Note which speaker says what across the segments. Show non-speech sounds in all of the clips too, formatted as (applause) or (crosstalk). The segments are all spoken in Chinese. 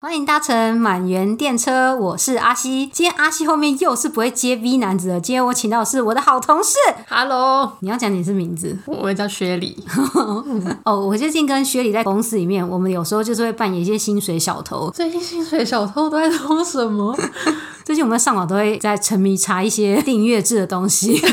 Speaker 1: 欢迎搭乘满园电车，我是阿西。今天阿西后面又是不会接 V 男子的，今天我请到的是我的好同事。
Speaker 2: Hello，
Speaker 1: 你要讲你是名字 (laughs)
Speaker 2: 我叫薛礼。
Speaker 1: 哦。我最近跟薛礼在公司里面，我们有时候就是会扮演一些薪水小偷。
Speaker 2: 最近薪水小偷都在偷什么？
Speaker 1: (laughs) 最近我们上网都会在沉迷查一些订阅制的东西。 (laughs)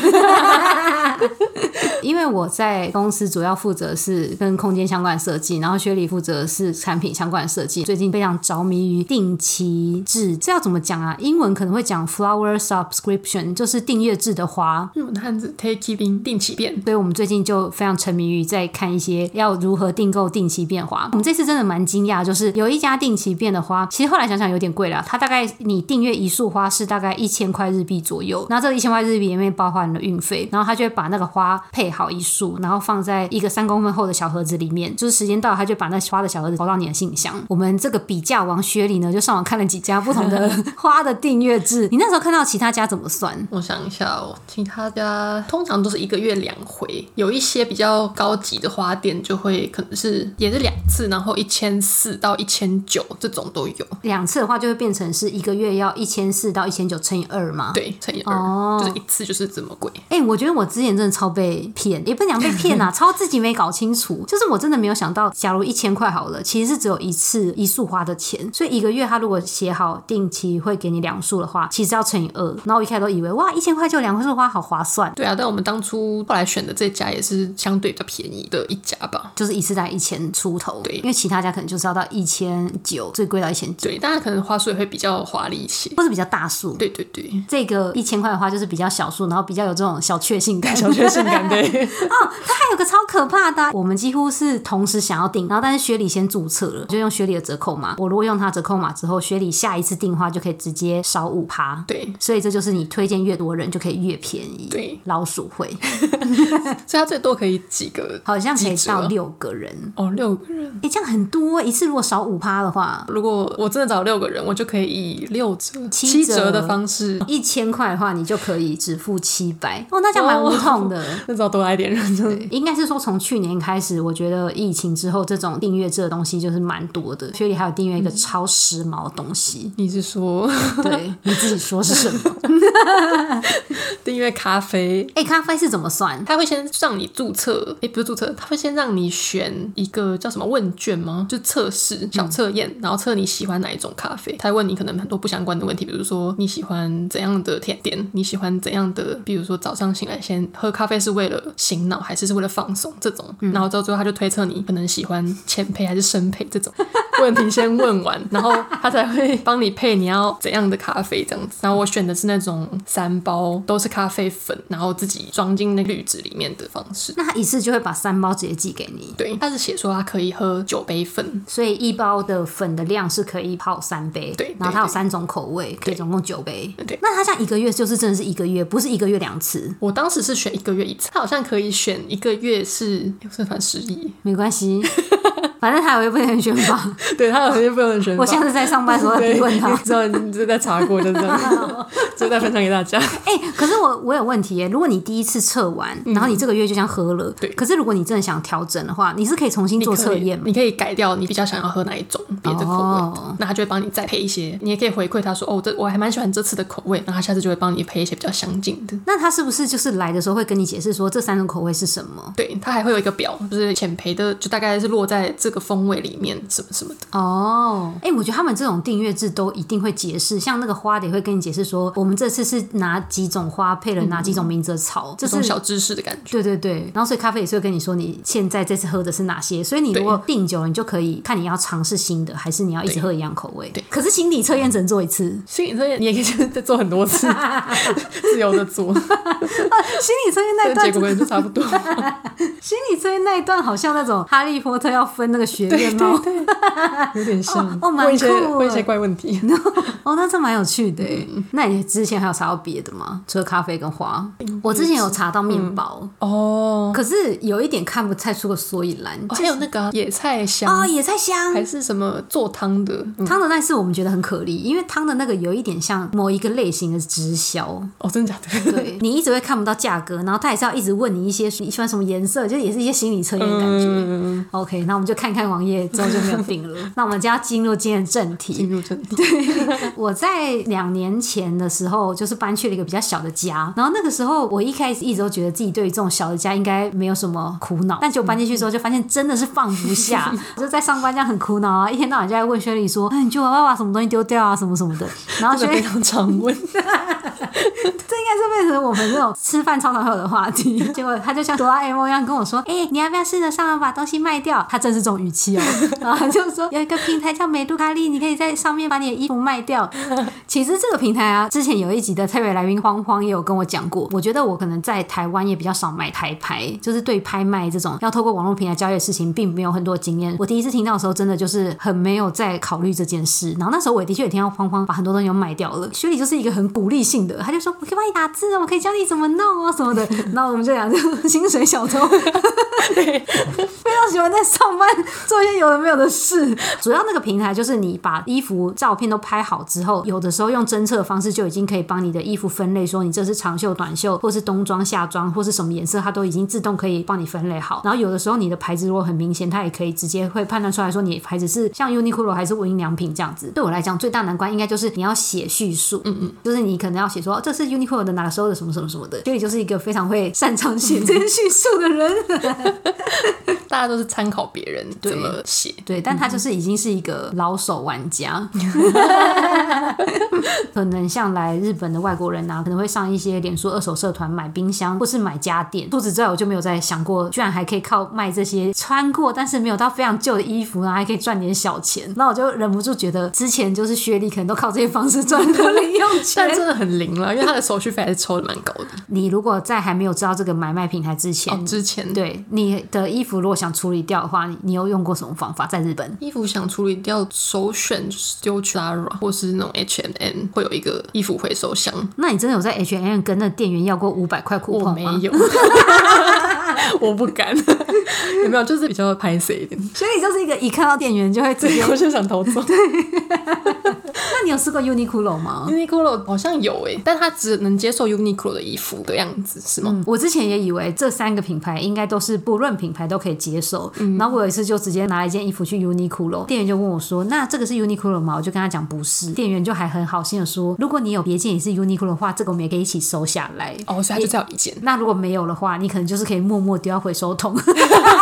Speaker 1: 因为我在公司主要负责是跟空间相关的设计，然后薛礼负责是产品相关的设计。最近非常着迷于定期制，这要怎么讲啊？英文可能会讲 flower subscription，就是订阅制的花。
Speaker 2: 日本汉字 take it in 定期变。
Speaker 1: 所以我们最近就非常沉迷于在看一些要如何订购定期变花。我们这次真的蛮惊讶，就是有一家定期变的花，其实后来想想有点贵了，它大概你订阅一束花是大概一千块日币左右，然后这一千块日币里面包含了运费，然后他就会把那个花配好一束，然后放在一个三公分厚的小盒子里面，就是时间到了，他就把那花的小盒子投到你的信箱。我们这个比价王薛里呢，就上网看了几家不同的 (laughs) 花的订阅制。你那时候看到其他家怎么算？
Speaker 2: 我想一下哦，其他家通常都是一个月两回，有一些比较高级的花店就会可能是也是两次，然后一千四到一千九这种都有。
Speaker 1: 两次的话就会变成是一个月要一千四到一千九乘以二嘛。
Speaker 2: 对，乘以二、
Speaker 1: 哦
Speaker 2: 就是一次就是这么贵。
Speaker 1: 哎、我觉得我之前真的超被骗，也不能讲被骗
Speaker 2: (laughs)
Speaker 1: 啊，超自己没搞清楚。就是我真的没有想到，假如一千块好了，其实是只有一次一束花的钱，所以一个月他如果写好定期会给你两束的话，其实要乘以二。然后我一开始都以为哇，一千块就两束花，好划算。
Speaker 2: 对啊，但我们当初后来选的这家也是相对比较便宜的一家吧。
Speaker 1: 就是一次在一千出头，
Speaker 2: 对
Speaker 1: 因为其他家可能就是要到一千九，最贵到一千九，
Speaker 2: 对，当然可能花束也会比较华丽一些。
Speaker 1: 或是比较大束。
Speaker 2: 对对
Speaker 1: (laughs)
Speaker 2: 对，
Speaker 1: 这个一千块的花就是比较小束，然后比较有这种小确幸感，
Speaker 2: 小确幸感对。
Speaker 1: 还有个超可怕的啊、我们几乎是同时想要订，然后但是学理先注册了，就用学理的折扣码。我如果用他折扣码之后，学理下一次订花就可以直接少五趴。
Speaker 2: 对，
Speaker 1: 所以这就是你推荐越多人就可以越便宜。
Speaker 2: 对，
Speaker 1: 老鼠
Speaker 2: (laughs)
Speaker 1: 会
Speaker 2: 所以它最多可以几个？
Speaker 1: 好像可以
Speaker 2: 几折
Speaker 1: 到六个人，
Speaker 2: 哦，六个人。
Speaker 1: 哎、这样很多欸、一次如果少五趴的话，
Speaker 2: 如果我真的找六个人，我就可以以六折、
Speaker 1: 七
Speaker 2: 七
Speaker 1: 折
Speaker 2: 的方式，
Speaker 1: 一千块的话你就可以只付七百，哦，那这样蛮无痛的。
Speaker 2: 那找多来一点人，真的。
Speaker 1: 应该是说从去年开始，我觉得疫情之后，这种订阅制的东西就是蛮多的。学理还有订阅
Speaker 2: 嗯
Speaker 1: 一个超时髦的东西，
Speaker 2: 你是说
Speaker 1: (laughs) 对你自己说是什么？
Speaker 2: (laughs) 订阅咖啡？
Speaker 1: 哎、咖啡是怎么算？
Speaker 2: 他会先让你注册，诶，不是注册，他会先让你选一个叫什么问卷吗？就测试小测验，然后测你喜欢哪一种咖啡。他会问你可能很多不相关的问题，比如说你喜欢怎样的甜点，你喜欢怎样的，比如说早上醒来先喝咖啡是为了醒脑还是是为了放松这种。然后到最后他就推测你可能喜欢浅焙还是深焙这种 (laughs) 问题先问完，然后他才会帮你配你要怎样的咖啡这样子。然后我选的是那种三包都是咖啡粉，然后自己装进那个滤纸里面的方式。
Speaker 1: 那他一次就会把三包直接寄给你，
Speaker 2: 对，他是写说他可以喝九杯粉，
Speaker 1: 所以一包的粉的量是可以泡三杯，
Speaker 2: 对
Speaker 1: 然后它有
Speaker 2: 对对
Speaker 1: 三种口味，可以总共九杯。
Speaker 2: 对
Speaker 1: 那他这样一个月就是真的是一个月，不是一个月两次，
Speaker 2: 我当时是选一个月一次，他好像可以选一个月是，我算算十一，
Speaker 1: 没关系， (laughs) 反正他有一份人选吧。
Speaker 2: (laughs) 对他好像不能选吧。
Speaker 1: 我下次在上班的时候再逼问他
Speaker 2: (laughs) 你。知道你这在查过，就
Speaker 1: (laughs)
Speaker 2: 这样， (laughs) 就再分享给大家。
Speaker 1: 哎、可是我我有问题耶，如果你第一次测完，然后你这个月就想喝了，
Speaker 2: 嗯对
Speaker 1: 可是如果你真的想调整的话，你是可以重新做测验吗？
Speaker 2: 你可以改掉你比较想要喝哪一种别的口味的
Speaker 1: 哦
Speaker 2: 那他就会帮你再配一些。你也可以回馈他说，哦，这我还蛮喜欢这次的口味，然后他下次就会帮你配一些比较相近的。
Speaker 1: 那他是不是就是来的时候会跟你解释说这三种口味是什么？
Speaker 2: 对，他还会有一个表，就是浅焙的，就大概是落在这个风味里面，什么什么的。
Speaker 1: 哦，哎、我觉得他们这种订阅制都一定会解释，像那个花的也会跟你解释说，我们这次是哪几种花配了哪几种名字的草，嗯就
Speaker 2: 这种
Speaker 1: 是。
Speaker 2: 小知识的感觉。
Speaker 1: 对对对，然后所以咖啡也是会跟你说你现在这次喝的是哪些，所以你如果订久了，你就可以看你要尝试新的，还是你要一直喝一样口味。
Speaker 2: 对
Speaker 1: 可是心理测验只能做一次，心
Speaker 2: 心理测验你也可以就是再做很多次，自由的做，
Speaker 1: 理测验那一
Speaker 2: 但
Speaker 1: 段
Speaker 2: 结果可能就差不多。
Speaker 1: 心理测验那一段好像那种哈利波特要分那个学院吗？
Speaker 2: (laughs) 有点像
Speaker 1: 哦哦蛮
Speaker 2: 问一些
Speaker 1: 酷的
Speaker 2: 问一些怪问
Speaker 1: (laughs)
Speaker 2: 题，
Speaker 1: 哦，那这蛮有趣的耶。那你之前还有查到别的吗？除了咖啡跟花，我之前有嗯查到面包，
Speaker 2: 哦。
Speaker 1: 可是有一点看不太出个所以然。
Speaker 2: 还有那个啊野菜
Speaker 1: 哦，
Speaker 2: 香，
Speaker 1: 野菜香
Speaker 2: 还是什么做汤的
Speaker 1: 汤的那次我们觉得很可疑，因为汤的那个有一点像某一个类型的直销，
Speaker 2: 哦，真的假的？ (laughs)
Speaker 1: 对你一直会看不到价格，然后他也是要一直问你一些你喜欢什么颜色，就是也是一些心理测验的感觉。OK，那我们就看嗯看看网页之后就没有订 (laughs) 了。那我们就要进入今天的正题。
Speaker 2: 进入正题。
Speaker 1: 我在两年前的时候，就是搬去了一个比较小的家，然后那个时候我一开始一直都觉得自己对于这种小的家应该没有什么苦恼，但结果搬进去之后就发现真的是放不下，我就在上班这样很苦恼啊，一天到晚就在问薛丽说，哎，你去娃娃把什么东西丢掉啊，什么什么的，然后薛
Speaker 2: 这个非
Speaker 1: 丽
Speaker 2: 常常问，
Speaker 1: (laughs) 这应该是变成我们这种吃饭超常会有的话题。结果他就像哆啦 A 梦一样跟我说：“哎、你要不要试着上网把东西卖掉？”他真是这种语气哦、然后他就说有一个平台叫美杜卡利，你可以在上面把你的衣服卖掉。其实这个平台啊，之前有一集的特别来宾慌慌也有跟我讲过，我觉得我可能在台湾也比较少买台牌，就是对拍卖这种要透过网络平台交易的事情，并没有很多经验。我第一次听到的时候，真的就是很没有在考虑这件事。然后那时候我的确也听到慌慌把很多东西都卖掉了，所以就是一个很鼓励性的，他就说我可以帮你打字哦，我可以教你怎么弄哦什么的。然后我们就讲 (laughs) 薪水小偷。非常喜欢在上班做一些有的没有的事。 (laughs) 主要那个平台就是你把衣服照片都拍好之后，有的时候用侦测方式就已经可以帮你的衣服分类，说你这是长袖、短袖，或是冬装、夏装，或是什么颜色，它都已经自动可以帮你分类好。然后有的时候你的牌子如果很明显，它也可以直接会判断出来说你的牌子是像 Uniqlo 还是无印良品这样子。对我来讲，最大难关应该就是你要写叙述，嗯嗯，就是你可能要写说、哦这是 Uniqlo 的哪个时候的什么什么什么的，所以就是一个非常会擅长写这些叙述的人。
Speaker 2: (laughs) 大家都是参考别人怎么写。
Speaker 1: 对，但他就是已经是一个老手玩 (laughs) 家，可能像来日本的外国人啊，可能会上一些脸书二手社团买冰箱或是买家电。除此之外，我就没有再想过，居然还可以靠卖这些穿过但是没有到非常旧的衣服，然后还可以赚点小钱。那我就忍不住觉得，之前就是薛丽可能都靠这些方式赚很多零用 (laughs)
Speaker 2: 但
Speaker 1: 钱。
Speaker 2: 真的很灵了，因为他的手续费还是抽的蛮高的。
Speaker 1: 你如果在还没有知道这个买卖平台之前，
Speaker 2: 哦，之前
Speaker 1: 对你的衣服如果想处理掉的话，你你有用过什么方法？在日本？
Speaker 2: 衣服想处理掉，首选就是丢去 Zara 或是那种 H&M，会有一个衣服回收箱。
Speaker 1: 那你真的有在 H M 跟那店员要过五百块酷
Speaker 2: 我
Speaker 1: 碰
Speaker 2: 没
Speaker 1: 吗？
Speaker 2: (laughs) 有，我不 (laughs) 敢。有没有？就是比较拍谁一点，
Speaker 1: 所以你就是一个一看到店员就会直接。
Speaker 2: (laughs) 我就想逃走。
Speaker 1: 那你有试过 Uniqlo 吗？
Speaker 2: Uniqlo 好像有诶、但他只能接受 Uniqlo 的衣服的样子，是吗？
Speaker 1: 我之前也以为这三个品牌应该都是不论品牌都可以接受，
Speaker 2: 嗯
Speaker 1: 然后我有一次就直接拿一件衣服去 Uniqlo，店员就问我说：“那这个是 Uniqlo 吗？”我就跟他讲不是，店员就还很好心的说：“如果你有别件也是 Uniqlo 的话，这个我们也可以一起收下来。”
Speaker 2: 哦，所以他就只有一件，
Speaker 1: 那如果没有的话，你可能就是可以默默丢到回收桶。
Speaker 2: (laughs)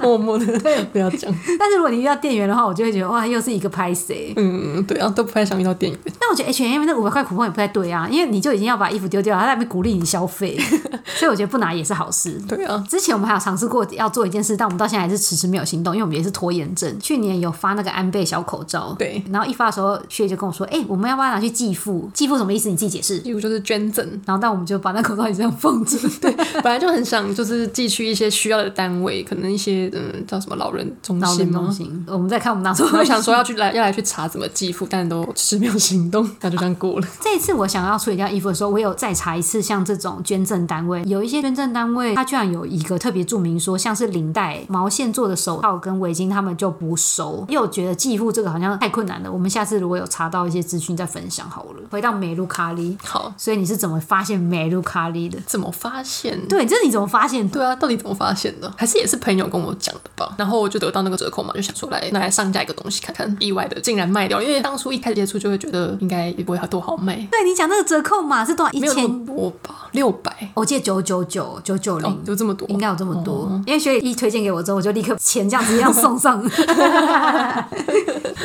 Speaker 2: 默默 (laughs) 的不要讲。
Speaker 1: (laughs) 但是如果你遇到店员的话，我就会觉得哇，又是一个拍谁。
Speaker 2: 嗯，对啊，都不太想遇到店员。
Speaker 1: 但我觉得 H M 那五百块苦碰也不太对啊，因为你就已经要把衣服丢掉了，他在那边鼓励你消
Speaker 2: (laughs)
Speaker 1: 费，所以我觉得不拿也是好事。
Speaker 2: 对啊，
Speaker 1: 之前我们还有尝试过要做一件事，但我们到现在还是迟迟没有行动，因为我们也是拖延症。去年有发那个安倍小口罩，
Speaker 2: 对
Speaker 1: 然后一发的时候，薛就跟我说：“哎、我们要不要拿去寄付？寄付什么意思？你自己解释。
Speaker 2: 衣服就是捐赠”，
Speaker 1: 然后但我们就把那口罩一直这样放着，
Speaker 2: (laughs)
Speaker 1: 对，
Speaker 2: 本来就很想就是寄去一些需要的单位，可能一些嗯叫什么老人中
Speaker 1: 然后
Speaker 2: 心
Speaker 1: 东
Speaker 2: 吗？
Speaker 1: 西，我们再看我们拿出
Speaker 2: 然
Speaker 1: 来
Speaker 2: 后。想说要去来要来去查怎么寄付，但都迟迟没有行动，那就这样过了。
Speaker 1: 这一次我想要处理掉衣服的时候，我有再查一次，像这种捐赠单位，有一些捐赠单位，它居然有一个特别注明说，像是领带、毛线做的手套跟围巾，他们就不收。因为我觉得寄付这个好像太困难了，我们下次如果有查到一些资讯再分享好了。回到美露卡利，
Speaker 2: 好，
Speaker 1: 所以你是怎么发现美露卡利的？
Speaker 2: 怎么发现？
Speaker 1: 对，这是你怎么发现的？
Speaker 2: 对啊，到底怎么发现的？还是也是朋友跟我讲的吧？然后我就得到那个折扣嘛，就想说来拿来上架一个东西看看，意外的竟然卖掉，因为当初一开始接触就会觉得应该也不会多好卖，
Speaker 1: 对你讲那个折扣码是多少？一
Speaker 2: 没有那
Speaker 1: 千，
Speaker 2: 么多吧，六百
Speaker 1: 我记得九九九九九
Speaker 2: 哦
Speaker 1: 零，，
Speaker 2: 就这么多，
Speaker 1: 应该有这么多。因为学姐一推荐给我之后，我就立刻钱这样子一样送上。 (laughs)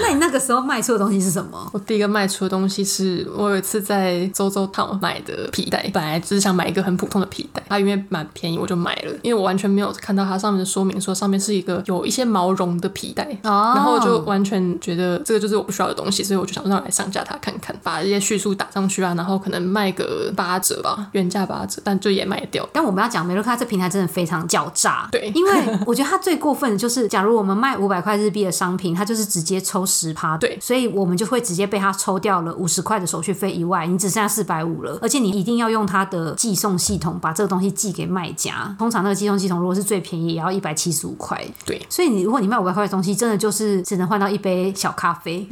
Speaker 1: 那你那个时候卖出的东西是什么？
Speaker 2: 我第一个卖出的东西是我有一次在周周套买的皮带，本来只是想买一个很普通的皮带，它因为蛮便宜，我就买了，因为我完全没有看到它上面的说明说上面是一个有一些毛绒的皮带，
Speaker 1: 哦
Speaker 2: 然后我就完全觉得这个就是我不需要的东西，所以我就想让来上架它看看，把这些叙述打上去啊，然后可能卖个八折吧，原价八折，但就也卖掉。
Speaker 1: 但我们要讲梅洛卡这平台真的非常狡诈，
Speaker 2: 对
Speaker 1: 因为我觉得它最过分的就是，假如我们卖五百块日币的商品，它就是直接抽十趴，
Speaker 2: 对
Speaker 1: 所以我们就会直接被它抽掉了五十块的手续费以外，你只剩下四百五了，而且你一定要用它的寄送系统把这个东西寄给卖家，通常那个寄送系统如果是最便宜，也要一百七十五块，
Speaker 2: 对，
Speaker 1: 所以你如果你卖五百块的东西，真的就是只能换到一杯小咖啡，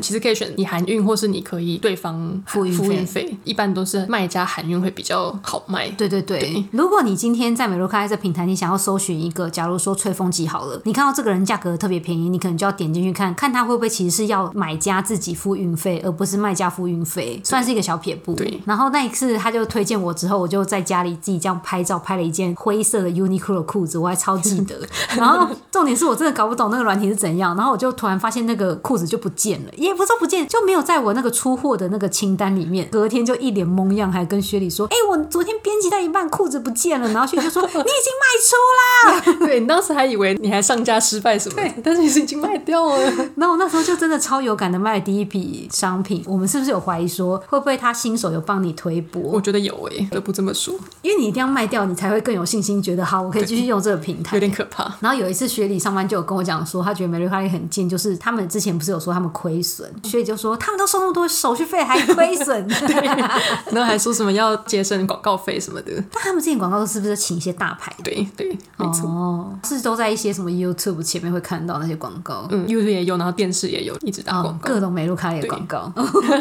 Speaker 2: 其实可以选你含运，或是你可以对方
Speaker 1: 付运费
Speaker 2: 付运费，一般都是卖家韩运会比较好卖。
Speaker 1: 对对对，
Speaker 2: 对
Speaker 1: 如果你今天在美洛开这平台，你想要搜寻一个，假如说吹风机好了，你看到这个人价格特别便宜，你可能就要点进去看看他会不会其实是要买家自己付运费，而不是卖家付运费，算是一个小撇步。
Speaker 2: 对
Speaker 1: 然后那一次他就推荐我之后，我就在家里自己这样拍照，拍了一件灰色的 Uniqlo 的裤子，我还超记得。然后重点是我真的搞不懂那个软体是怎样，然后我就突然发现那个裤子就不见了，也不是说不见，就没有在我那个出货的那个清单里面。隔天就一脸懵样，还跟薛礼说：“哎、我昨天编辑到一半裤子不见了。”然后薛礼就说：“你已经卖出啦。”
Speaker 2: (laughs) 对你当时还以为你还上架失败什么的，但是你是已经卖掉了。
Speaker 1: 然后我那时候就真的超有感的卖了第一笔商品。我们是不是有怀疑说，会不会他新手有帮你推
Speaker 2: (laughs) 我
Speaker 1: 播？
Speaker 2: 觉得有诶、不得不这么说，
Speaker 1: 因为你一定要卖掉，你才会更有信心，觉得好，我可以继续用这个平台
Speaker 2: 有。点可怕。
Speaker 1: 然后有一次，学理上班就有跟我讲说，他觉得美瑞卡利很贱，就是他们之前不是有说他们亏损，
Speaker 2: 嗯
Speaker 1: 学理就说他们都收那么多手续费还亏
Speaker 2: (laughs)
Speaker 1: 损， (laughs)
Speaker 2: 然后还说什么要节省广告费什么的，
Speaker 1: 但他们之前广告是不是请一些大牌？
Speaker 2: 对对，没错。
Speaker 1: 哦，是都在一些什么 YouTube 前面会看到那些广告。
Speaker 2: 嗯，YouTube 也有，然后电视也有，一直打广
Speaker 1: 哦，
Speaker 2: 告。
Speaker 1: 各种美露卡里的广告。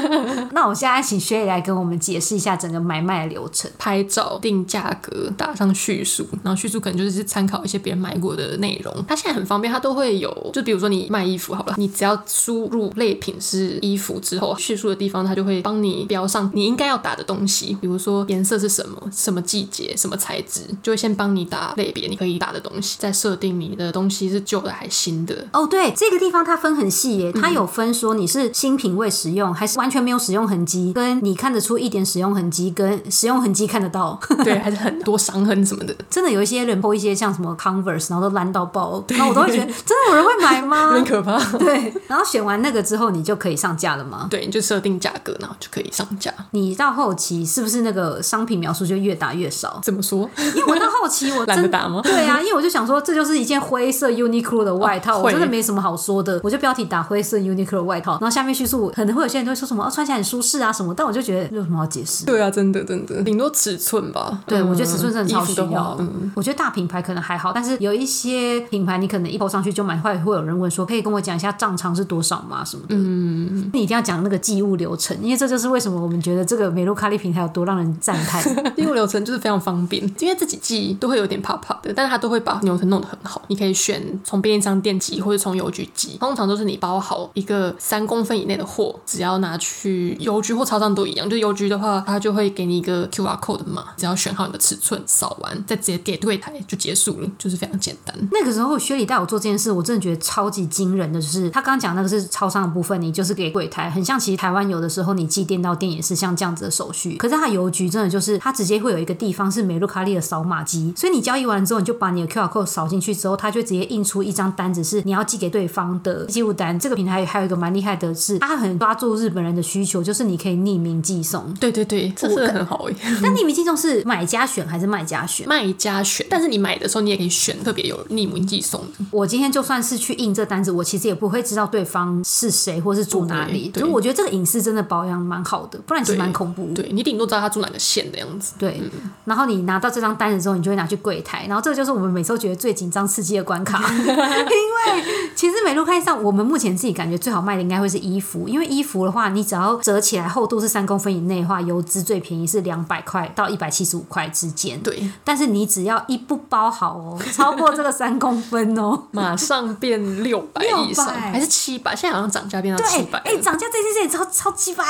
Speaker 1: (laughs) 那我现在请薛理来跟我们解释一下整个买卖的流程。
Speaker 2: 拍照、定价格、打上叙述，然后叙述可能就是参考一些别人买过的内容。它现在很方便，它都会有，就比如说你卖衣服好了，你只要输入类品是衣服之后，叙述的地方它就会帮你标上你应该要打的东西，比如说颜色是什么、什么季节、什么材质，就会先帮你打类别你可以打的东西，再设定你的东西是旧的还是新的。
Speaker 1: 哦，对，这个地方它分很细耶，
Speaker 2: 嗯
Speaker 1: 它有分说你是新品味使用，还是完全没有使用痕迹，跟你看得出一点使用痕迹，跟使用痕迹看得到。
Speaker 2: (laughs) 对，还是很多伤痕什么的，
Speaker 1: 真的有一些人 po 一些像什么 Converse，然后都烂到爆，然后我都会觉得真的有人会买
Speaker 2: (laughs) 有点
Speaker 1: 吗？
Speaker 2: 可怕。
Speaker 1: 对，然后选完那个之后，你就可以上架了吗？
Speaker 2: 对，你就设定价格，然后就可以上架。
Speaker 1: 你到后期是不是那个商品描述就越打越
Speaker 2: (laughs)
Speaker 1: 少？
Speaker 2: (laughs) 怎么说？
Speaker 1: 因为我到后期我
Speaker 2: 懒
Speaker 1: 真
Speaker 2: 得打吗
Speaker 1: (laughs) 对啊，因为我就想说，这就是一件灰色 Uniqlo 的外套，
Speaker 2: 哦
Speaker 1: 我真的
Speaker 2: 会
Speaker 1: 没什么好说的，我就标题打灰色 Uniqlo 的外套，然后下面叙述可能会有些人都会说什么、哦、穿起来很舒适啊什么，但我就觉得有什么好解释？
Speaker 2: 对啊，真的真的，顶多尺寸吧。
Speaker 1: 对，
Speaker 2: 嗯
Speaker 1: 我觉得尺寸真的超需
Speaker 2: 衣服的
Speaker 1: 要
Speaker 2: 话。嗯，
Speaker 1: 我觉得大品牌可能还好，但是有一些品牌，你可能一抛上去就买坏，会有人问说，可以跟我讲一下账长是多少吗？什么的。嗯，你一定要讲那个寄物流程，因为这就是为什么我们觉得这个美露卡利平台有多让人赞叹。
Speaker 2: 因为流程就是非常方便，因为自己寄都会有点怕怕的，但是他都会把流程弄得很好。你可以选从便利商店寄或者从邮局寄，通常都是你包好一个三公分以内的货，只要拿去邮局或超商都一样。就邮局的话，他就会给你一个 QR code 的码，只要选好你的尺寸，扫完再直接给柜台就结束了，就是非常简单。
Speaker 1: 那个时候薛礼带我做这件事，我真的觉得超级惊人的，就是他刚刚讲那个是超商的部分，你就是给柜台，很像其实台湾有的时候你寄店到店也是像这样子的手续，可是他邮局真的就是他直接会有一个地方是美露卡利的扫码机，所以你交易完之后，你就把你的 QR code 扫进去之后，他就直接印出一张单子是你要寄给对方的记录单。这个平台还有一个蛮厉害的是，他很抓住日本人的需求，就是你可以匿名寄送，
Speaker 2: 对对对，这是很好诶、欸
Speaker 1: 但匿名寄送是买家选还是卖家选？
Speaker 2: (laughs) 卖家选，但是你买的时候你也可以选特别有匿名寄送的。
Speaker 1: 我今天就算是去印这单子，我其实也不会知道对方是谁或是住哪里。
Speaker 2: 对对
Speaker 1: 就我觉得这个隐私真的保养蛮好的，不然其实
Speaker 2: 对
Speaker 1: 蛮恐怖。
Speaker 2: 对嗯你顶多知道他住哪个县的样子。
Speaker 1: 对然后你拿到这张单子之后，你就会拿去柜台，然后这个就是我们每次都觉得最紧张刺激的关
Speaker 2: (laughs)
Speaker 1: 卡，因为其实美露开上，我们目前自己感觉最好卖的应该会是衣服，因为衣服的话，你只要折起来厚度是三公分以内的话，邮资最便宜是两百块到一百七十五块之间。
Speaker 2: 对，
Speaker 1: 但是你只要一不包好哦，超过这个三公分哦，
Speaker 2: 马上变六百
Speaker 1: 600
Speaker 2: 以上，还是七百？现在好像涨价变到七
Speaker 1: 对，
Speaker 2: 百、
Speaker 1: 哎、涨价这件事也超超级白。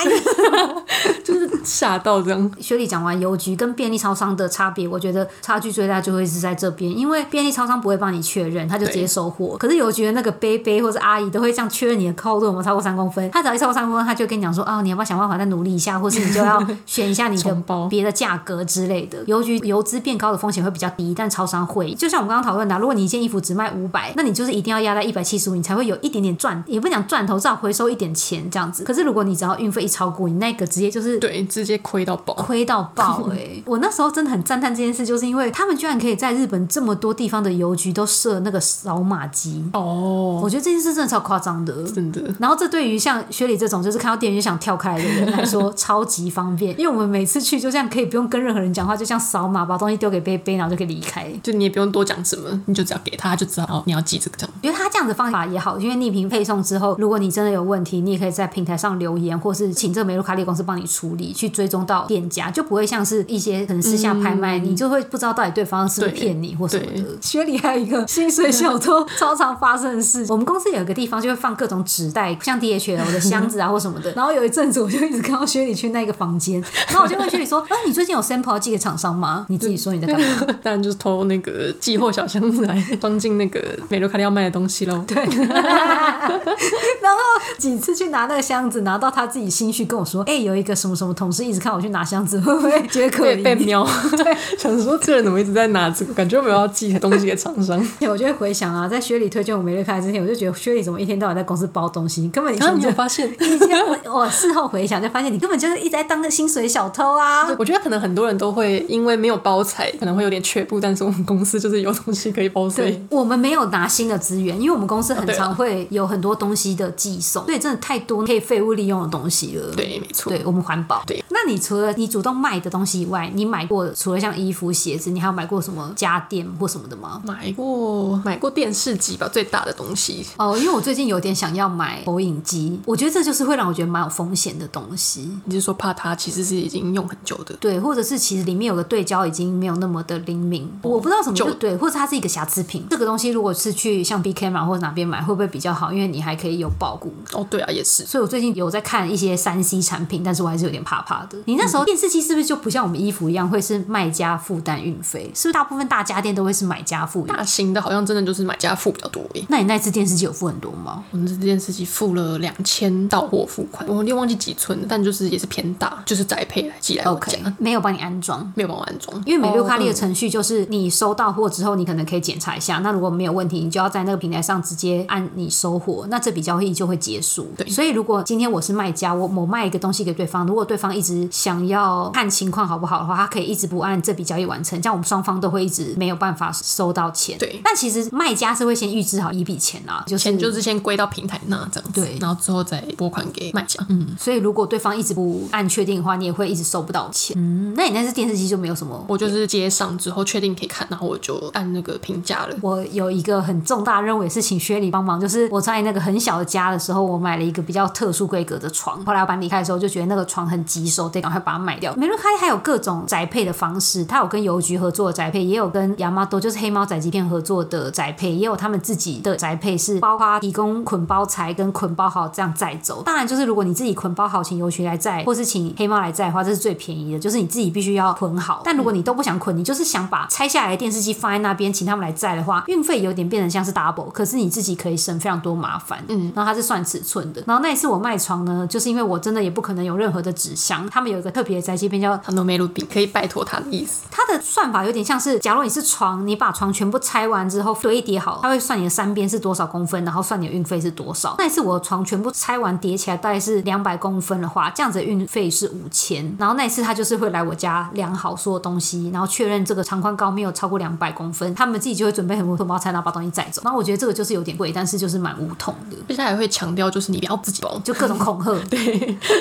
Speaker 2: 就是吓到这样。
Speaker 1: 学理讲完邮局跟便利超商的差别，我觉得差距最大就会是在这边，因为便利超商不会帮你确认，他就直接收货。可是邮局的那个杯杯或者阿姨都会这样确认你的厚度有没有超过三公分，他只要一超过三公分，他就跟你讲说，哦，你要不要想办法再努力一下，或是你就要选一下你的
Speaker 2: 重包
Speaker 1: 别的价格之类的。邮局邮资变高的风险会比较低，但超商会，就像我们刚刚讨论的啊，如果你一件衣服只卖五百，那你就是一定要压在一百七十五，你才会有一点点赚，也不讲赚头，至少回收一点钱这样子。可是如果你只要运费一超过，你那个直接就是
Speaker 2: 对，直接亏到爆。
Speaker 1: 亏到
Speaker 2: (laughs)
Speaker 1: 爆哎、我那时候真的很赞叹这件事，就是因为他们居然可以在日本这么多地方的邮局都设那个扫码机，
Speaker 2: 哦，
Speaker 1: 我觉得这件事真的超夸张的。
Speaker 2: 真的。
Speaker 1: 然后这对于像薛礼这种就是看到店员就想跳开来的人来
Speaker 2: (laughs)
Speaker 1: 说，超级方便，因为我们每次去就这样可以不用跟任何人讲话，就这样扫码把东西丢给贝贝，然后就可以离开。
Speaker 2: 就你也不用多讲什么，你就只要给他，他就知道哦，你要记这个这样。
Speaker 1: 我觉得他这样子方法也好，因为逆评配送之后，如果你真的有问题，你也可以在平台上留言，或是请这个梅露卡利公司帮你处理，去追踪到店家，就不会像是一些可能私下拍卖，你就会不知道到底对方是不是
Speaker 2: 对
Speaker 1: 骗你或什么的
Speaker 2: 对。
Speaker 1: 学里还有一个薪水小偷超常发生的事，我们公司有一个地方就会放各种纸袋，像 DHL 的箱子啊 (laughs) 或什么的。然后有一阵子我就一直看到学里去那个房间，然后我就问学里说：“啊，你最近有 sample 要寄给厂商吗？”你自己说你在干嘛？
Speaker 2: (laughs) 当然就是偷那个寄货小箱子来装进那个美露卡利要卖的东西喽。对，
Speaker 1: 然后几次去拿那个箱子，拿到他自己心虚跟我说：“哎、有一个什么什么同事一直看我去拿箱子，会不会觉得可
Speaker 2: (laughs) 被
Speaker 1: 疑？” (laughs)
Speaker 2: 被瞄，想说这人怎么一直在拿这个，感觉我们要寄东西给厂商。
Speaker 1: 我就会回想啊，在薛里推荐我梅瑞开之前，我就觉得薛里怎么一天到晚在公司包东西，根本你
Speaker 2: (laughs) 然后
Speaker 1: 根本
Speaker 2: 你 (laughs)
Speaker 1: 就
Speaker 2: 有发现？
Speaker 1: 你今天我我事后回想，就发现你根本就是一直在当个薪水小偷
Speaker 2: (laughs)
Speaker 1: 啊！
Speaker 2: 我觉得可能很多人都会因为没有包材，可能会有点却步，但是我们公司就是有东西可以包，所以
Speaker 1: 对，我们没有拿新的资源，因为我们公司很
Speaker 2: 对啊
Speaker 1: 常会有很多东西的寄送，所以真的太多可以废物利用的东西了。
Speaker 2: 对，没错。
Speaker 1: 对我们环保。
Speaker 2: 对，
Speaker 1: 那你除了你主动卖的东西以外，你买过除了像衣服、鞋子，你还有买过什么家电或什么的吗？
Speaker 2: 买过买过电视机吧，最大的东西。
Speaker 1: 哦，因为我最近有点想要买投影机，我觉得这就是会让我觉得蛮有风险的东西。
Speaker 2: 你是说怕它其实是已经用很久的？
Speaker 1: 对，或者是其实里面有个对焦已经没有那么的灵敏，我不知道什么哦就
Speaker 2: 就
Speaker 1: 对，或者它是一个瑕疵品。这个东西如果是去像 B K 嘛或者哪边买，会不会比较好？因为你还可以有保固。
Speaker 2: 哦，对啊，也是。
Speaker 1: 所以我最近有在看一些三 C 产品，但是我还是有点怕怕的。你那时候电视机是不是就不像我们衣服一样，会是卖家负担运费？是不是大部分大家电都会是买家付运？
Speaker 2: 大型的好像真的就是买家付比较多耶。
Speaker 1: 那你那次电视机有付很多吗？
Speaker 2: 我们这件事情付了两千到货付款，我有点忘记几寸了，但就是也是偏大，就是宅配来寄来我
Speaker 1: OK，
Speaker 2: 家
Speaker 1: 没有帮你安装。
Speaker 2: 没有帮我安装，
Speaker 1: 因为美六卡利的
Speaker 2: 哦
Speaker 1: 程序就是你收到货之后，你可能可以检查一下。那如果没有问题，你就要在那个平台上直接按你收货，那这笔交易就会结束。
Speaker 2: 对
Speaker 1: 所以如果今天我是卖家，我某卖一个东西给对方，如果对方一直想要看情况好不好的话，他可以一直不按这笔交易完成，这样我们双方都会一直没有办法收到钱。
Speaker 2: 对
Speaker 1: 但其实卖家是会先预支好一笔钱啊，就是
Speaker 2: 钱就是先归到平台那这样子，
Speaker 1: 对
Speaker 2: 然后之后再拨款给卖家。嗯，
Speaker 1: 所以如果对方一直不按确定的话，你也会一直收不到钱。嗯，那你那只电视机就没有什么
Speaker 2: 我就是接上之后确定可以看，然后我就按那个评价了。
Speaker 1: 我有一个很重大任务，也是请薛礼帮忙。就是我在那个很小的家的时候，我买了一个比较特殊规格的床。后来我搬离开的时候，就觉得那个床很棘手，得赶快把它卖掉。美乐开还有各种宅配的方式，它有跟邮局合作的宅配，也有跟亚麻多就是黑猫宅急便合作的宅配，也有他们自己的宅配是包括提供捆包材跟捆包好这样载走。当然，就是如果你自己捆包好，请邮局来载，或是请黑猫来载的话，这是最便宜的，就是你自己必须要捆好。但如果你都不想捆，你就是想把拆下来的电视机放在那边，请他们来载的话，运费有点变成像是 double，可是你自己可以省非常多麻烦。嗯，然后它是算尺寸的。然后那一次我卖床呢，就是因为我真的也不可能有任何的纸箱，他们有一个特别的宅急便叫
Speaker 2: 他都没录笔，可以拜托他的意思。
Speaker 1: 它的算法有点像是，假如你是床，你把床全部拆完之后堆叠好，它会算你的三边是多少公分，然后算你的运费是多少。那一次我的床全部拆完叠起来大概是两百公分的话，这样子的运费是五千。然后那一次他就是会来我家量好所有东西，然后确认这个长宽高没有超过两百公分，他们自己就会准备很多捆包菜，然后把东西载走。然后我觉得这个就是有点贵，但是就是蛮无痛的，
Speaker 2: 而且他还会强调，就是你不要自己包，
Speaker 1: 就各种恐吓。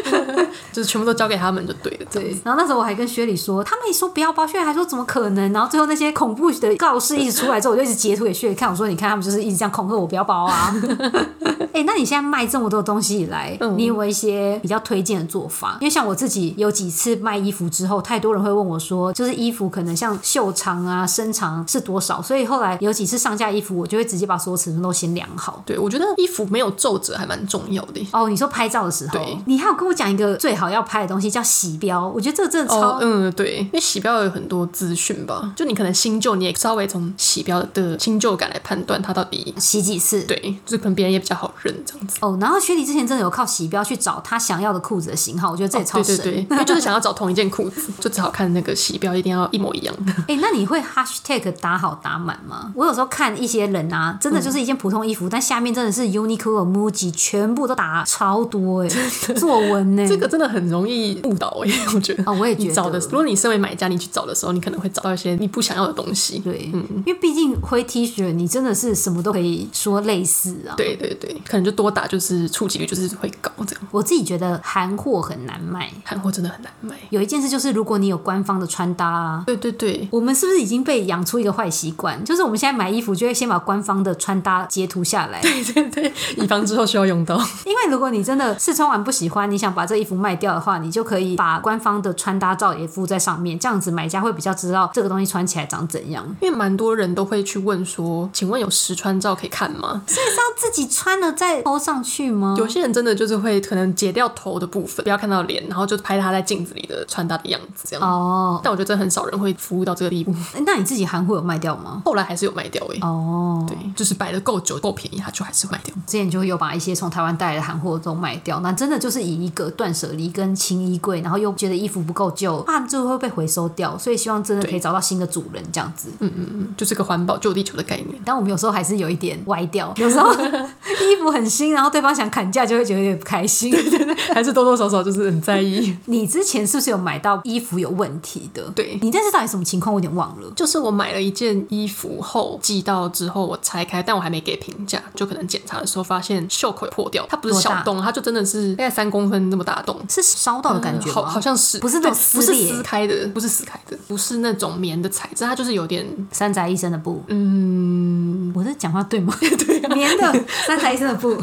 Speaker 2: (laughs) 就是全部都交给他们就对了。这样
Speaker 1: 对
Speaker 2: 子，，
Speaker 1: 然后那时候我还跟薛礼说，他们一说不要包，薛礼还说怎么可能？然后最后那些恐怖的告示一直出来之后，我就一直截图给薛礼看，我说你看他们就是一直这样恐吓我不要包啊。 (laughs) 哎、那你现在卖这么多东西以来，
Speaker 2: 嗯
Speaker 1: 你有没有一些比较推荐的做法？因为像我自己有几次卖衣服之后，太多人会问我说，就是衣服可能像袖长啊、身长是多少，所以后来有几次上架衣服，我就会直接把所有尺寸都先量好。
Speaker 2: 对我觉得衣服没有皱褶还蛮重要的。
Speaker 1: 哦，你说拍照的时候
Speaker 2: 对，
Speaker 1: 你还有跟我讲一个最好要拍的东西叫洗标，我觉得这个真的超、
Speaker 2: 哦，嗯，对，因为洗标有很多资讯吧，就你可能新旧，你也稍微从洗标的新旧感来判断它到底
Speaker 1: 洗几次，
Speaker 2: 对，就是可能别人也比较好认这样子。
Speaker 1: 哦，然后薛礼之前真的有靠洗标去找他想要的裤子的型号，我觉得这也超
Speaker 2: 哦对
Speaker 1: 神。
Speaker 2: 对对，因为就是想要找同一件裤子， (laughs) 就只好看那个洗标一定要一模一
Speaker 1: (laughs)
Speaker 2: 样。
Speaker 1: 哎、那你会 hashtag 打好打满吗？我有时候看一些人啊，真的就是一件普通衣服，但下面真的是 Uniqlo、MUJI 全部都打超多哎、作文呢、
Speaker 2: 这个真的很容易误导诶、 (laughs) 我觉得。
Speaker 1: 哦我也觉得
Speaker 2: 你找的，如果你身为买家，你去找的时候，你可能会找到一些你不想要的东西。
Speaker 1: 对，
Speaker 2: 嗯
Speaker 1: 因为毕竟灰 T 恤，你真的是什么都可以说类似啊。
Speaker 2: 对对对，可能就多打，就是触及率就是会高这样。
Speaker 1: 我自己觉得韩货很难卖。
Speaker 2: 韩货真的很难卖。
Speaker 1: 有一件事就是，如果你有官方的穿搭啊，
Speaker 2: 对对对，
Speaker 1: 我们是不是已经被养出一个坏习惯？就是我们现在买衣服就会先把官方的穿搭截图下来，
Speaker 2: 对对对，以防之后需要用到。
Speaker 1: 因为如果你真的试穿完不喜欢，你想把这衣服卖掉的话，你就可以把把官方的穿搭照也附在上面，这样子买家会比较知道这个东西穿起来长怎样。
Speaker 2: (laughs) 因为蛮多人都会去问说，请问有实穿照可以看吗？
Speaker 1: 所以是要自己穿了再抛上去吗？
Speaker 2: 有些人真的就是会可能截掉头的部分，不要看到脸，然后就拍他在镜子里的穿搭的样子这样。
Speaker 1: 哦，
Speaker 2: 但我觉得真的很少人会服务到这个地步。 (laughs)
Speaker 1: 那你自己韩货有卖掉吗？
Speaker 2: 后来还是有卖掉诶、
Speaker 1: 哦，
Speaker 2: 对，就是摆的够久够便宜，他就还是会卖掉。
Speaker 1: 之前就有把一些从台湾带来的韩货都卖掉，那真的就是以一个断舍离跟清衣柜，然后又觉得衣服不够旧，怕就会被回收掉，所以希望真的可以
Speaker 2: 对
Speaker 1: 找到新的主人这样子。
Speaker 2: 嗯就是个环保救地球的概念。
Speaker 1: 但我们有时候还是有一点歪 (laughs) 掉，有时候衣服很新，然后对方想砍价就会觉得有点不开心。
Speaker 2: 还是多多少少就是很在意。
Speaker 1: 你之前是不是有买到衣服有问题的？
Speaker 2: 对
Speaker 1: 你那是到底什么情况？我有点忘了。
Speaker 2: 就是我买了一件衣服后寄到之后，我拆开，但我还没给评价，就可能检查的时候发现袖口有破掉，它不是
Speaker 1: 多大
Speaker 2: 小洞，它就真的是大概三公分那么大的洞。
Speaker 1: 是烧到的感觉吗？
Speaker 2: 嗯好，好像是
Speaker 1: 不是那种
Speaker 2: 对
Speaker 1: 撕
Speaker 2: 不是
Speaker 1: 裂
Speaker 2: 撕开的，不是撕开的，不是那种棉的材质，它就是有点
Speaker 1: 三宅一生的布。嗯，我在讲话对吗？对、棉的三宅一生的布。 (laughs)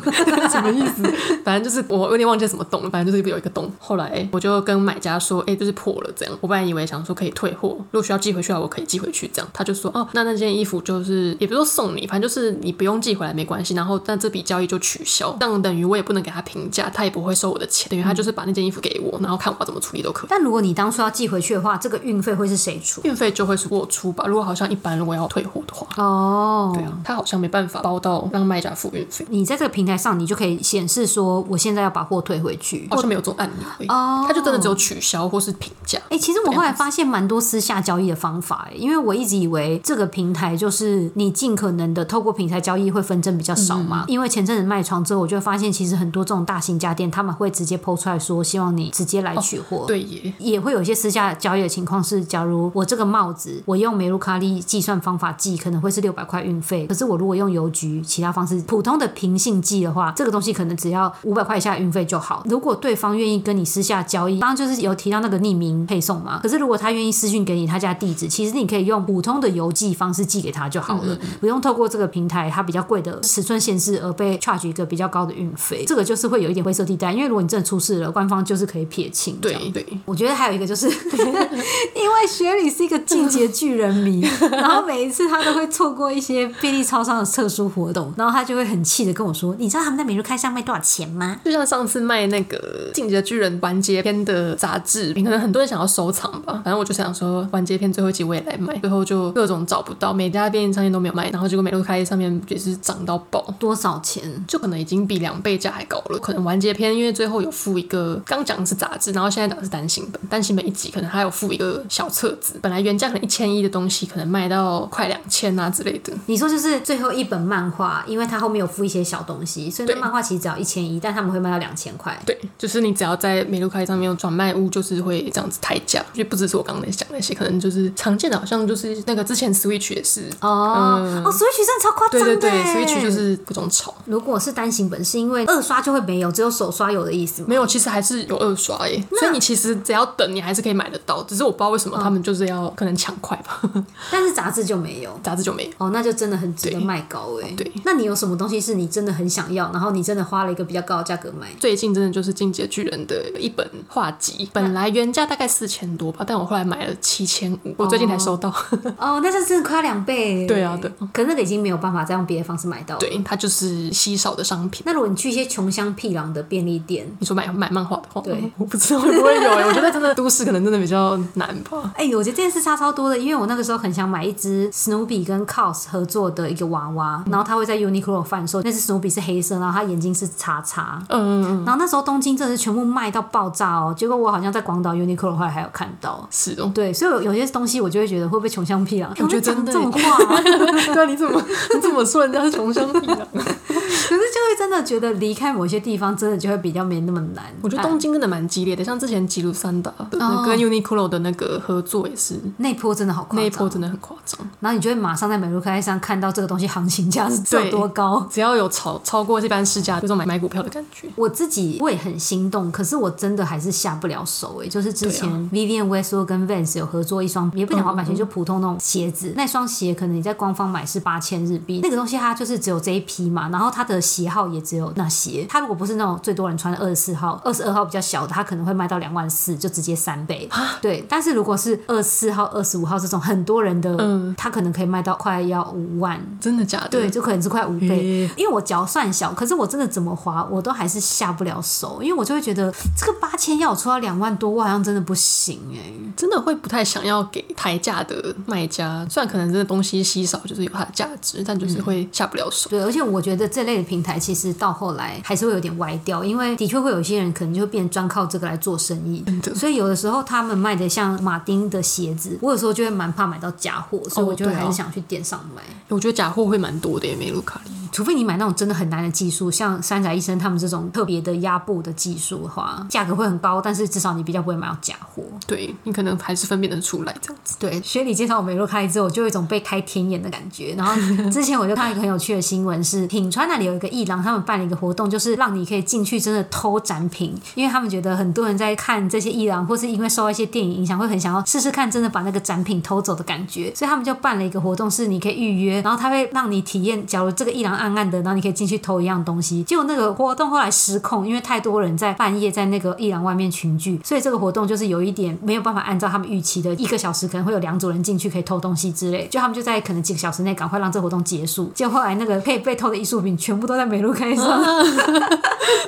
Speaker 2: 什么意思？反正就是我有点忘记什么洞了，反正就是有一个洞。后来我就跟买家说，哎、就是破了这样。我本来以为想说可以退货，如果需要寄回去的话，我可以寄回去这样。他就说，哦，那那件衣服就是也不是说送你，反正就是你不用寄回来没关系。然后但这笔交易就取消，这样等于我也不能给他评价，他也不会收我的钱，
Speaker 1: 嗯
Speaker 2: 等于他就是把那件衣服给我，然后看我要怎么处理都可以。
Speaker 1: 但如果你当初要寄回去的话，这个运费会是谁出？
Speaker 2: 运费就会是我出吧，如果好像一般如果要退货的话，
Speaker 1: 哦，
Speaker 2: 对啊，他好像没办法包到让卖家付运费，
Speaker 1: 你在这个平台上，你就可以显示说，我现在要把货退回去。
Speaker 2: 好像没有这种案例，
Speaker 1: 哦
Speaker 2: 他就真的只有取消或是评价。
Speaker 1: 哎、其实我后来发现蛮多私下交易的方法、欸，因为我一直以为这个平台就是你尽可能的透过平台交易会纷争比较少嘛。因为前阵子卖床之后，我就发现其实很多这种大型家电他们会直接抛出来说，希望你直接来取货。
Speaker 2: 对耶，
Speaker 1: 也会有一些私下交易的情况是，假如我这个帽子我用梅卢卡利计算方法计，可能会是六百块运费，可是我如果用邮局其他方式普通的平信寄的话，这个东西可能只要五百块以下的运费就好。如果对方愿意跟你私下交易，当然就是有提到那个匿名配送嘛，可是如果他愿意私讯给你他家地址，其实你可以用普通的邮寄方式寄给他就好了，嗯不用透过这个平台它比较贵的尺寸限制而被 charge 一个比较高的运费，这个就是会有一点灰色地带，因为如果你真的出事了，官方就是可以撇清这样
Speaker 2: 对对，
Speaker 1: 我觉得还有一个就是，因为雪里是一个进阶巨人迷，然后每一次他都会错过一些便利超商的特殊活动，然后他就会很气的跟我说：“你知道他们在每日开箱卖多少钱吗
Speaker 2: 就像上次卖那个《进击的巨人》完结篇的杂志，可能很多人想要收藏吧。反正我就想说，完结篇最后一集我也来买，最后就各种找不到，每家便利商店都没有卖，然后结果美露开业上面也是涨到爆？”。
Speaker 1: 多少钱？
Speaker 2: 就可能已经比两倍价还高了。可能完结篇因为最后有附一个，刚讲的是杂志，然后现在讲的是单行本，单行本一集可能还有附一个小册子。本来原价可能一千一的东西，可能卖到快两千啊之类的。
Speaker 1: 你说就是最后一本漫画，因为它后面有附一些小东西，所以那
Speaker 2: 对
Speaker 1: 漫画其实只要一千一，但他们会卖到两千块。
Speaker 2: 对，就是你只要在美露开上面有转卖屋，就是会这样子抬价，就不只是我刚才讲那些，可能就是常见的，好像就是那个之前 Switch 也是，
Speaker 1: 哦、哦，Switch 真的超夸张
Speaker 2: 对
Speaker 1: 的
Speaker 2: 对对
Speaker 1: 欸
Speaker 2: ，Switch 就是各种炒。
Speaker 1: 如果是单行本，是因为二刷就会没有，只有手刷有的意思吗？
Speaker 2: 没有，其实还是有二刷耶，所以你其实只要等，你还是可以买得到。只是我不知道为
Speaker 1: 哦
Speaker 2: 什么他们就是要、可能抢快吧， (laughs)
Speaker 1: 但是杂志就没有。
Speaker 2: 杂志就没有。
Speaker 1: 哦，那就真的很值得
Speaker 2: 对哦
Speaker 1: 卖高哎、
Speaker 2: 对
Speaker 1: 那你有什么东西是你真的很想要，然后你真的花了一个比较高的价格买？
Speaker 2: 最近真的就是《进击的巨人》的一本画
Speaker 1: 嗯
Speaker 2: 集，本来原价大概四千多吧，但我后来买了七千五，我最近才收到。
Speaker 1: 哦，那这真的快两倍、欸。
Speaker 2: 对啊对。
Speaker 1: 可是那个已经没有办法再用别的方式买到了。。
Speaker 2: 对，它就是稀少的商品。
Speaker 1: 那如果你去一些穷乡僻壤的便利店，
Speaker 2: 你说买买漫画的话，
Speaker 1: 对，
Speaker 2: (laughs) 我不知道会不会有、欸。我觉得真的都市可能真的比较难吧。
Speaker 1: 哎、我觉得这件事差超多的，因为我那个时候很想买一只 Snoopy 跟 COS 合作的一个娃娃，然后它会在 Uniqlo 贩售，那只 Snoopy 是黑色，然后它眼睛是叉叉。
Speaker 2: 嗯，
Speaker 1: 然后那时候东京真的是全部卖到爆炸哦，结果我好像在广岛 Uniqlo 后来还有看到。。
Speaker 2: 是哦 (laughs)
Speaker 1: 对，所以有有些东西我就会觉得会不会穷乡僻壤？欸
Speaker 2: 我觉得
Speaker 1: 在讲
Speaker 2: 真的
Speaker 1: 这种话啊、 (laughs)
Speaker 2: 对啊，你怎么你怎么说人家是穷乡僻啊壤？
Speaker 1: 可是就会真的觉得离开某些地方，真的就会比较没那么难。
Speaker 2: (laughs) 我觉得
Speaker 1: 啊
Speaker 2: 东京真的蛮激烈的，像之前吉鲁三达的那跟 Uniqlo 的那个合作也是，
Speaker 1: 那一波真的好夸张，
Speaker 2: 那一波真的很夸张。
Speaker 1: 然后你就会马上在美露开上看到这个东西行情价是有
Speaker 2: 对
Speaker 1: 多高。
Speaker 2: 只要有超超过这般市价，有种买买股票的感觉。
Speaker 1: 我自己我也很心动，可是我真的还是下不了手诶、就是之前
Speaker 2: 对啊
Speaker 1: Vivian Westwood 跟 Vans 有合作一双，也不讲滑板鞋，就普通那种鞋子。那双鞋可能你在官方买是八千日币，那个东西它就是只有这一批嘛，然后它的喜好也只有那些。它如果不是那种最多人穿的二十四号、二十二号比较小的，它可能会卖到两万四，就直接三倍。
Speaker 2: 啊
Speaker 1: 对，但是如果是二十四号、二十五号这种很多人的，
Speaker 2: 嗯
Speaker 1: 它可能可以卖到快要五万。
Speaker 2: 真的假的？
Speaker 1: 对，就可能是快五倍
Speaker 2: 咦，
Speaker 1: 因为我脚算小，可是我真的怎么滑，我都还是下不了手，因为我就会觉得这个八千要我出到两万多，我好像真的不行哎、
Speaker 2: 真的会不太想要给抬价的卖家，虽然可能真的东西稀少，就是有它的价值，但就是会下不了手。
Speaker 1: 对，而且我觉得这类的平台其实到后来还是会有点歪掉，因为的确会有一些人可能就会变专靠这个来做生意，所以有的时候他们卖的像马丁的鞋子，我有时候就会蛮怕买到假货，所以我就会
Speaker 2: 对啊
Speaker 1: 还是想去电商买，
Speaker 2: 我觉得假货会蛮多的耶，梅露卡利。
Speaker 1: 除非你买那种真的很难的技术，像山仔医生他们这种特别的压布的技术的话，价格会很高，但是至少你比较不会买到假货。
Speaker 2: 对你可能还是分辨得出来这样子。
Speaker 1: 对，学理介绍我梅洛开之后，我就有一种被开天眼的感觉。然后 (laughs) 之前我就看到一个很有趣的新闻是，品川那里有一个艺廊，他们办了一个活动，就是让你可以进去真的偷展品，因为他们觉得很多人在看这些艺廊，或是因为受到一些电影影响，会很想要试试看真的把那个展品偷走的感觉，所以他们就办了一个活动，是你可以预约，然后他会让你体验，假如这个艺廊暗暗的，然后你可以进去偷一样东西。结果那个活动后来失控，因为太多人在半夜在那个艺廊外面群聚，所以这个活动就是有一点没有办法按照他们预期的，一个小时可能会有两组人进去可以偷东西之类，就他们就在可能几个小时内赶快让这活动结束。结果后来那个可以被偷的艺术品全部都在美露开上。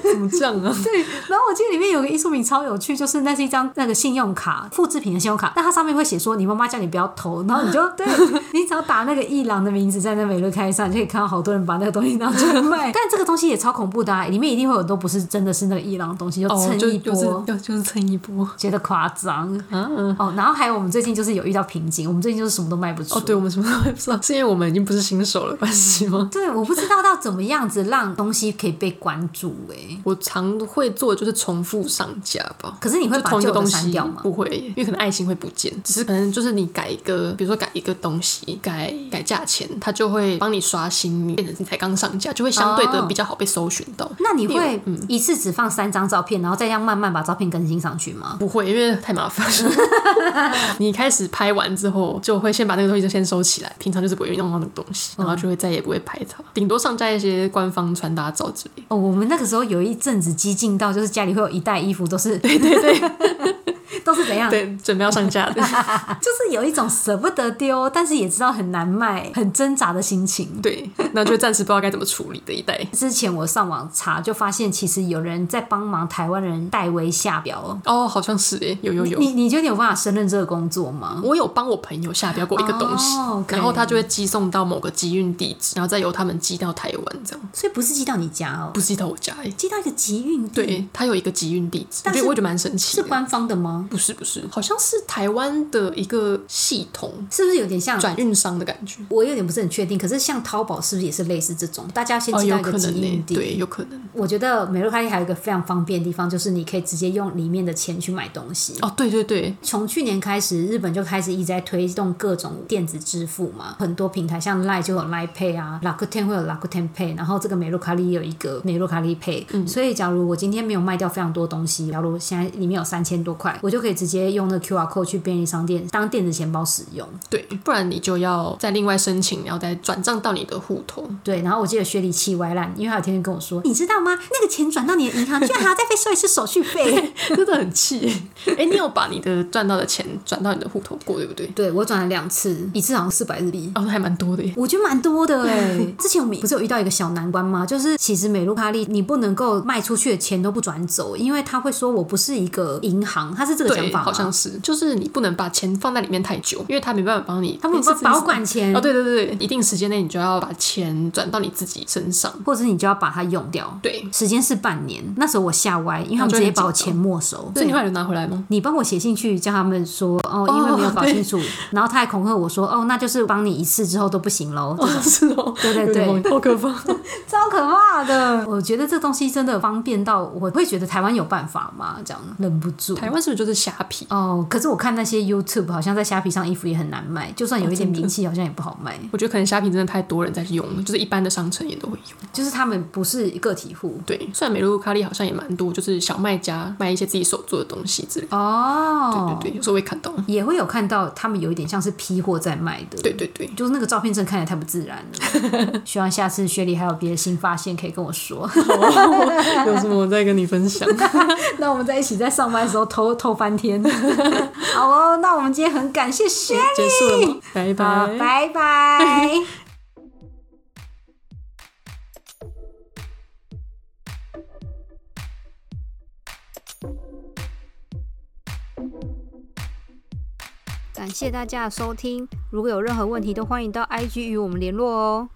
Speaker 2: 怎么这
Speaker 1: (laughs)
Speaker 2: 样啊？
Speaker 1: 对，然后我记得里面有个艺术品超有趣，就是那是一张那个信用卡复制品的信用卡，但它上面会写说你妈妈叫你不要投，然后
Speaker 2: (laughs)
Speaker 1: 你就对你只要打那个一郎的名字在那美乐开上，你就可以看到好多人把那个东西拿出来卖。但这个东西也超恐怖的、啊，里面一定会有很多不是真的是那个一郎的东西，就
Speaker 2: 哦，
Speaker 1: 蹭
Speaker 2: 就
Speaker 1: 一
Speaker 2: 就
Speaker 1: 波。
Speaker 2: 是就就是蹭一波
Speaker 1: (laughs) 觉得夸张
Speaker 2: 啊！
Speaker 1: 哦，然后还有我们最近就是有遇到瓶颈，我们最近就是什么都卖不出。
Speaker 2: 哦，对，我们什么都不知道，是因为我们已经不 (laughs) 是新手了关系吗？
Speaker 1: 对，我不知道要怎么样子让东西可以被关注哎、
Speaker 2: 我常会做的就是重复上架吧。
Speaker 1: 可是你会
Speaker 2: 就
Speaker 1: 把
Speaker 2: 同一
Speaker 1: 旧
Speaker 2: 个
Speaker 1: 的
Speaker 2: 东
Speaker 1: 删
Speaker 2: 西
Speaker 1: 掉吗？
Speaker 2: 不会，因为可能爱心会不见，只是可能就是你改一个，比如说改一个东西，改改价钱，它就会帮你刷新，你变成你才刚上架，就会相对的
Speaker 1: 哦
Speaker 2: 比较好被搜寻到。
Speaker 1: 那你
Speaker 2: 例
Speaker 1: 会一次只放三张照片，然后再这样慢慢把照片更新上去吗？
Speaker 2: 不会，因为太麻烦了。你开始拍完之后，就会先把那个东西就先收起来，平常就是不会用到那个东西，然后就会再也不会拍它，顶多上架一些官方穿搭照之类的。
Speaker 1: 哦，我们那个时候有一阵子激进到，就是家里会有一袋衣服都是， (laughs) 对对对， (laughs) 都是怎样？
Speaker 2: 对，准备要上架的。
Speaker 1: 就是有一种舍不得丢，但是也知道很难卖、很挣扎的心情。
Speaker 2: (laughs) 对，那就暂时不知道该怎么处理的一代。
Speaker 1: 之前我上网查，就发现其实有人在帮忙台湾人代为下表哦。
Speaker 2: 哦，好像是耶，有有有。
Speaker 1: 你你觉得你有办法胜任这个工作吗？
Speaker 2: 我有帮我朋友下标过一个东西
Speaker 1: 哦，OK
Speaker 2: 然后他就会寄送到某个集运地址，然后再由他们寄到台湾，这样
Speaker 1: 所以不是寄到你家哦，
Speaker 2: 不寄到我家耶。
Speaker 1: 寄到一个集运地，
Speaker 2: 对，他有一个集运地址，
Speaker 1: 但
Speaker 2: 我
Speaker 1: 是
Speaker 2: 觉得我觉得蛮神奇
Speaker 1: 是
Speaker 2: 的。
Speaker 1: 官方的吗？
Speaker 2: 不是不是，好像是台湾的一个系统
Speaker 1: 是不是有点像？
Speaker 2: 转运商的感觉。
Speaker 1: 我有点不是很确定，可是像淘宝是不是也是类似这种？大家先
Speaker 2: 哦，
Speaker 1: 寄到
Speaker 2: 有
Speaker 1: 一个
Speaker 2: 可
Speaker 1: 集
Speaker 2: 能
Speaker 1: 运
Speaker 2: 呢，
Speaker 1: 地，
Speaker 2: 对，有可能。
Speaker 1: 我觉得美乐开利还有一个非常方便的地方，就是你可以直接用里面的钱去买东西。
Speaker 2: 哦，对对对，
Speaker 1: 从去年开始，日本就开始一直在推动各种电子支付嘛，很多平台像 Line 就有 Line Pay 啊，Rakuten 会有 Rakuten Pay，然后这个美洛卡利也有一个美洛卡利 Pay，、所
Speaker 2: 嗯
Speaker 1: 以假如我今天没有卖掉非常多东西，假如现在里面有三千多块，我就可以直接用那个 QR code 去便利商店当电子钱包使用。
Speaker 2: 对，不然你就要再另外申请，然后再转账到你的户头。
Speaker 1: 对，然后我记得学理气歪烂，因为他有天天跟我说，你知道吗？那个钱转到你的银行，居然还要再被收一次手续费。
Speaker 2: (laughs) 真的很气 (laughs) 耶。哎，你有把你的赚到的钱转到你的户头过，对不对？
Speaker 1: 对我转了两次，一次好像四百日币。
Speaker 2: 哦，那还蛮多的耶。
Speaker 1: 我觉得蛮多的哎、之前我们不是有遇到一个小难关吗？就是其实美露卡利你不能够卖出去的钱都不转走，因为他会说我不是一个银行，他是这个讲
Speaker 2: 对，
Speaker 1: 法吗
Speaker 2: 好像是，就是你不能把钱放在里面太久，因为他没办法帮你，
Speaker 1: 他们
Speaker 2: 是
Speaker 1: 不保。管
Speaker 2: 是
Speaker 1: 钱，
Speaker 2: 是哦，对对对，对一定时间内你就要把钱转到你自己身上。
Speaker 1: 或者你就要把它用掉。
Speaker 2: 对，
Speaker 1: 时间是半年，那时候我吓歪，因为他们直
Speaker 2: 他就
Speaker 1: 接
Speaker 2: 很
Speaker 1: 把我
Speaker 2: 紧
Speaker 1: 钱没收。
Speaker 2: 所以你后来有拿回来吗？
Speaker 1: 你帮我写信去叫他们说哦，因为没有搞清楚，然后他还恐吓我说哦，那就是帮你一次之后都不行喽，这种
Speaker 2: (laughs) 是 (laughs) 哦，对
Speaker 1: 对对
Speaker 2: 好可怕。
Speaker 1: 超可怕的。我觉得这东西真的方便到我会觉得台湾有办法吗？这样忍不住。
Speaker 2: 台湾是不是就是虾皮。
Speaker 1: 哦，可是我看那些 YouTube 好像在虾皮上衣服也很难卖，就算有一点名气，好像也不好卖。
Speaker 2: 我觉得可能虾皮真的太多人在用了，就是一般的商城也都会用。
Speaker 1: 就是他们不是个体户
Speaker 2: 对，虽然美露卡利好像也蛮多，就是小卖家卖一些自己手做的东西之类的。
Speaker 1: 哦，
Speaker 2: 对对对，有时候会看到。
Speaker 1: 也会有看到他们有一点像是批货在卖的。
Speaker 2: 对对
Speaker 1: (laughs)
Speaker 2: 对，
Speaker 1: 就是那个照片真的看起来太不自然了， (laughs) 希望下次雪里还有别的新发现可以跟我说。
Speaker 2: 有什么我再跟你分
Speaker 1: (laughs)
Speaker 2: 享。
Speaker 1: 那我们在一起在上班的时候偷偷翻天。 (laughs) 好哦，那我们今天很感谢雪里，
Speaker 2: 结束了吗，拜
Speaker 1: 好，
Speaker 2: 拜。
Speaker 1: 拜拜。感谢大家的收听，如果有任何问题，都欢迎到 IG 与我们联络哦。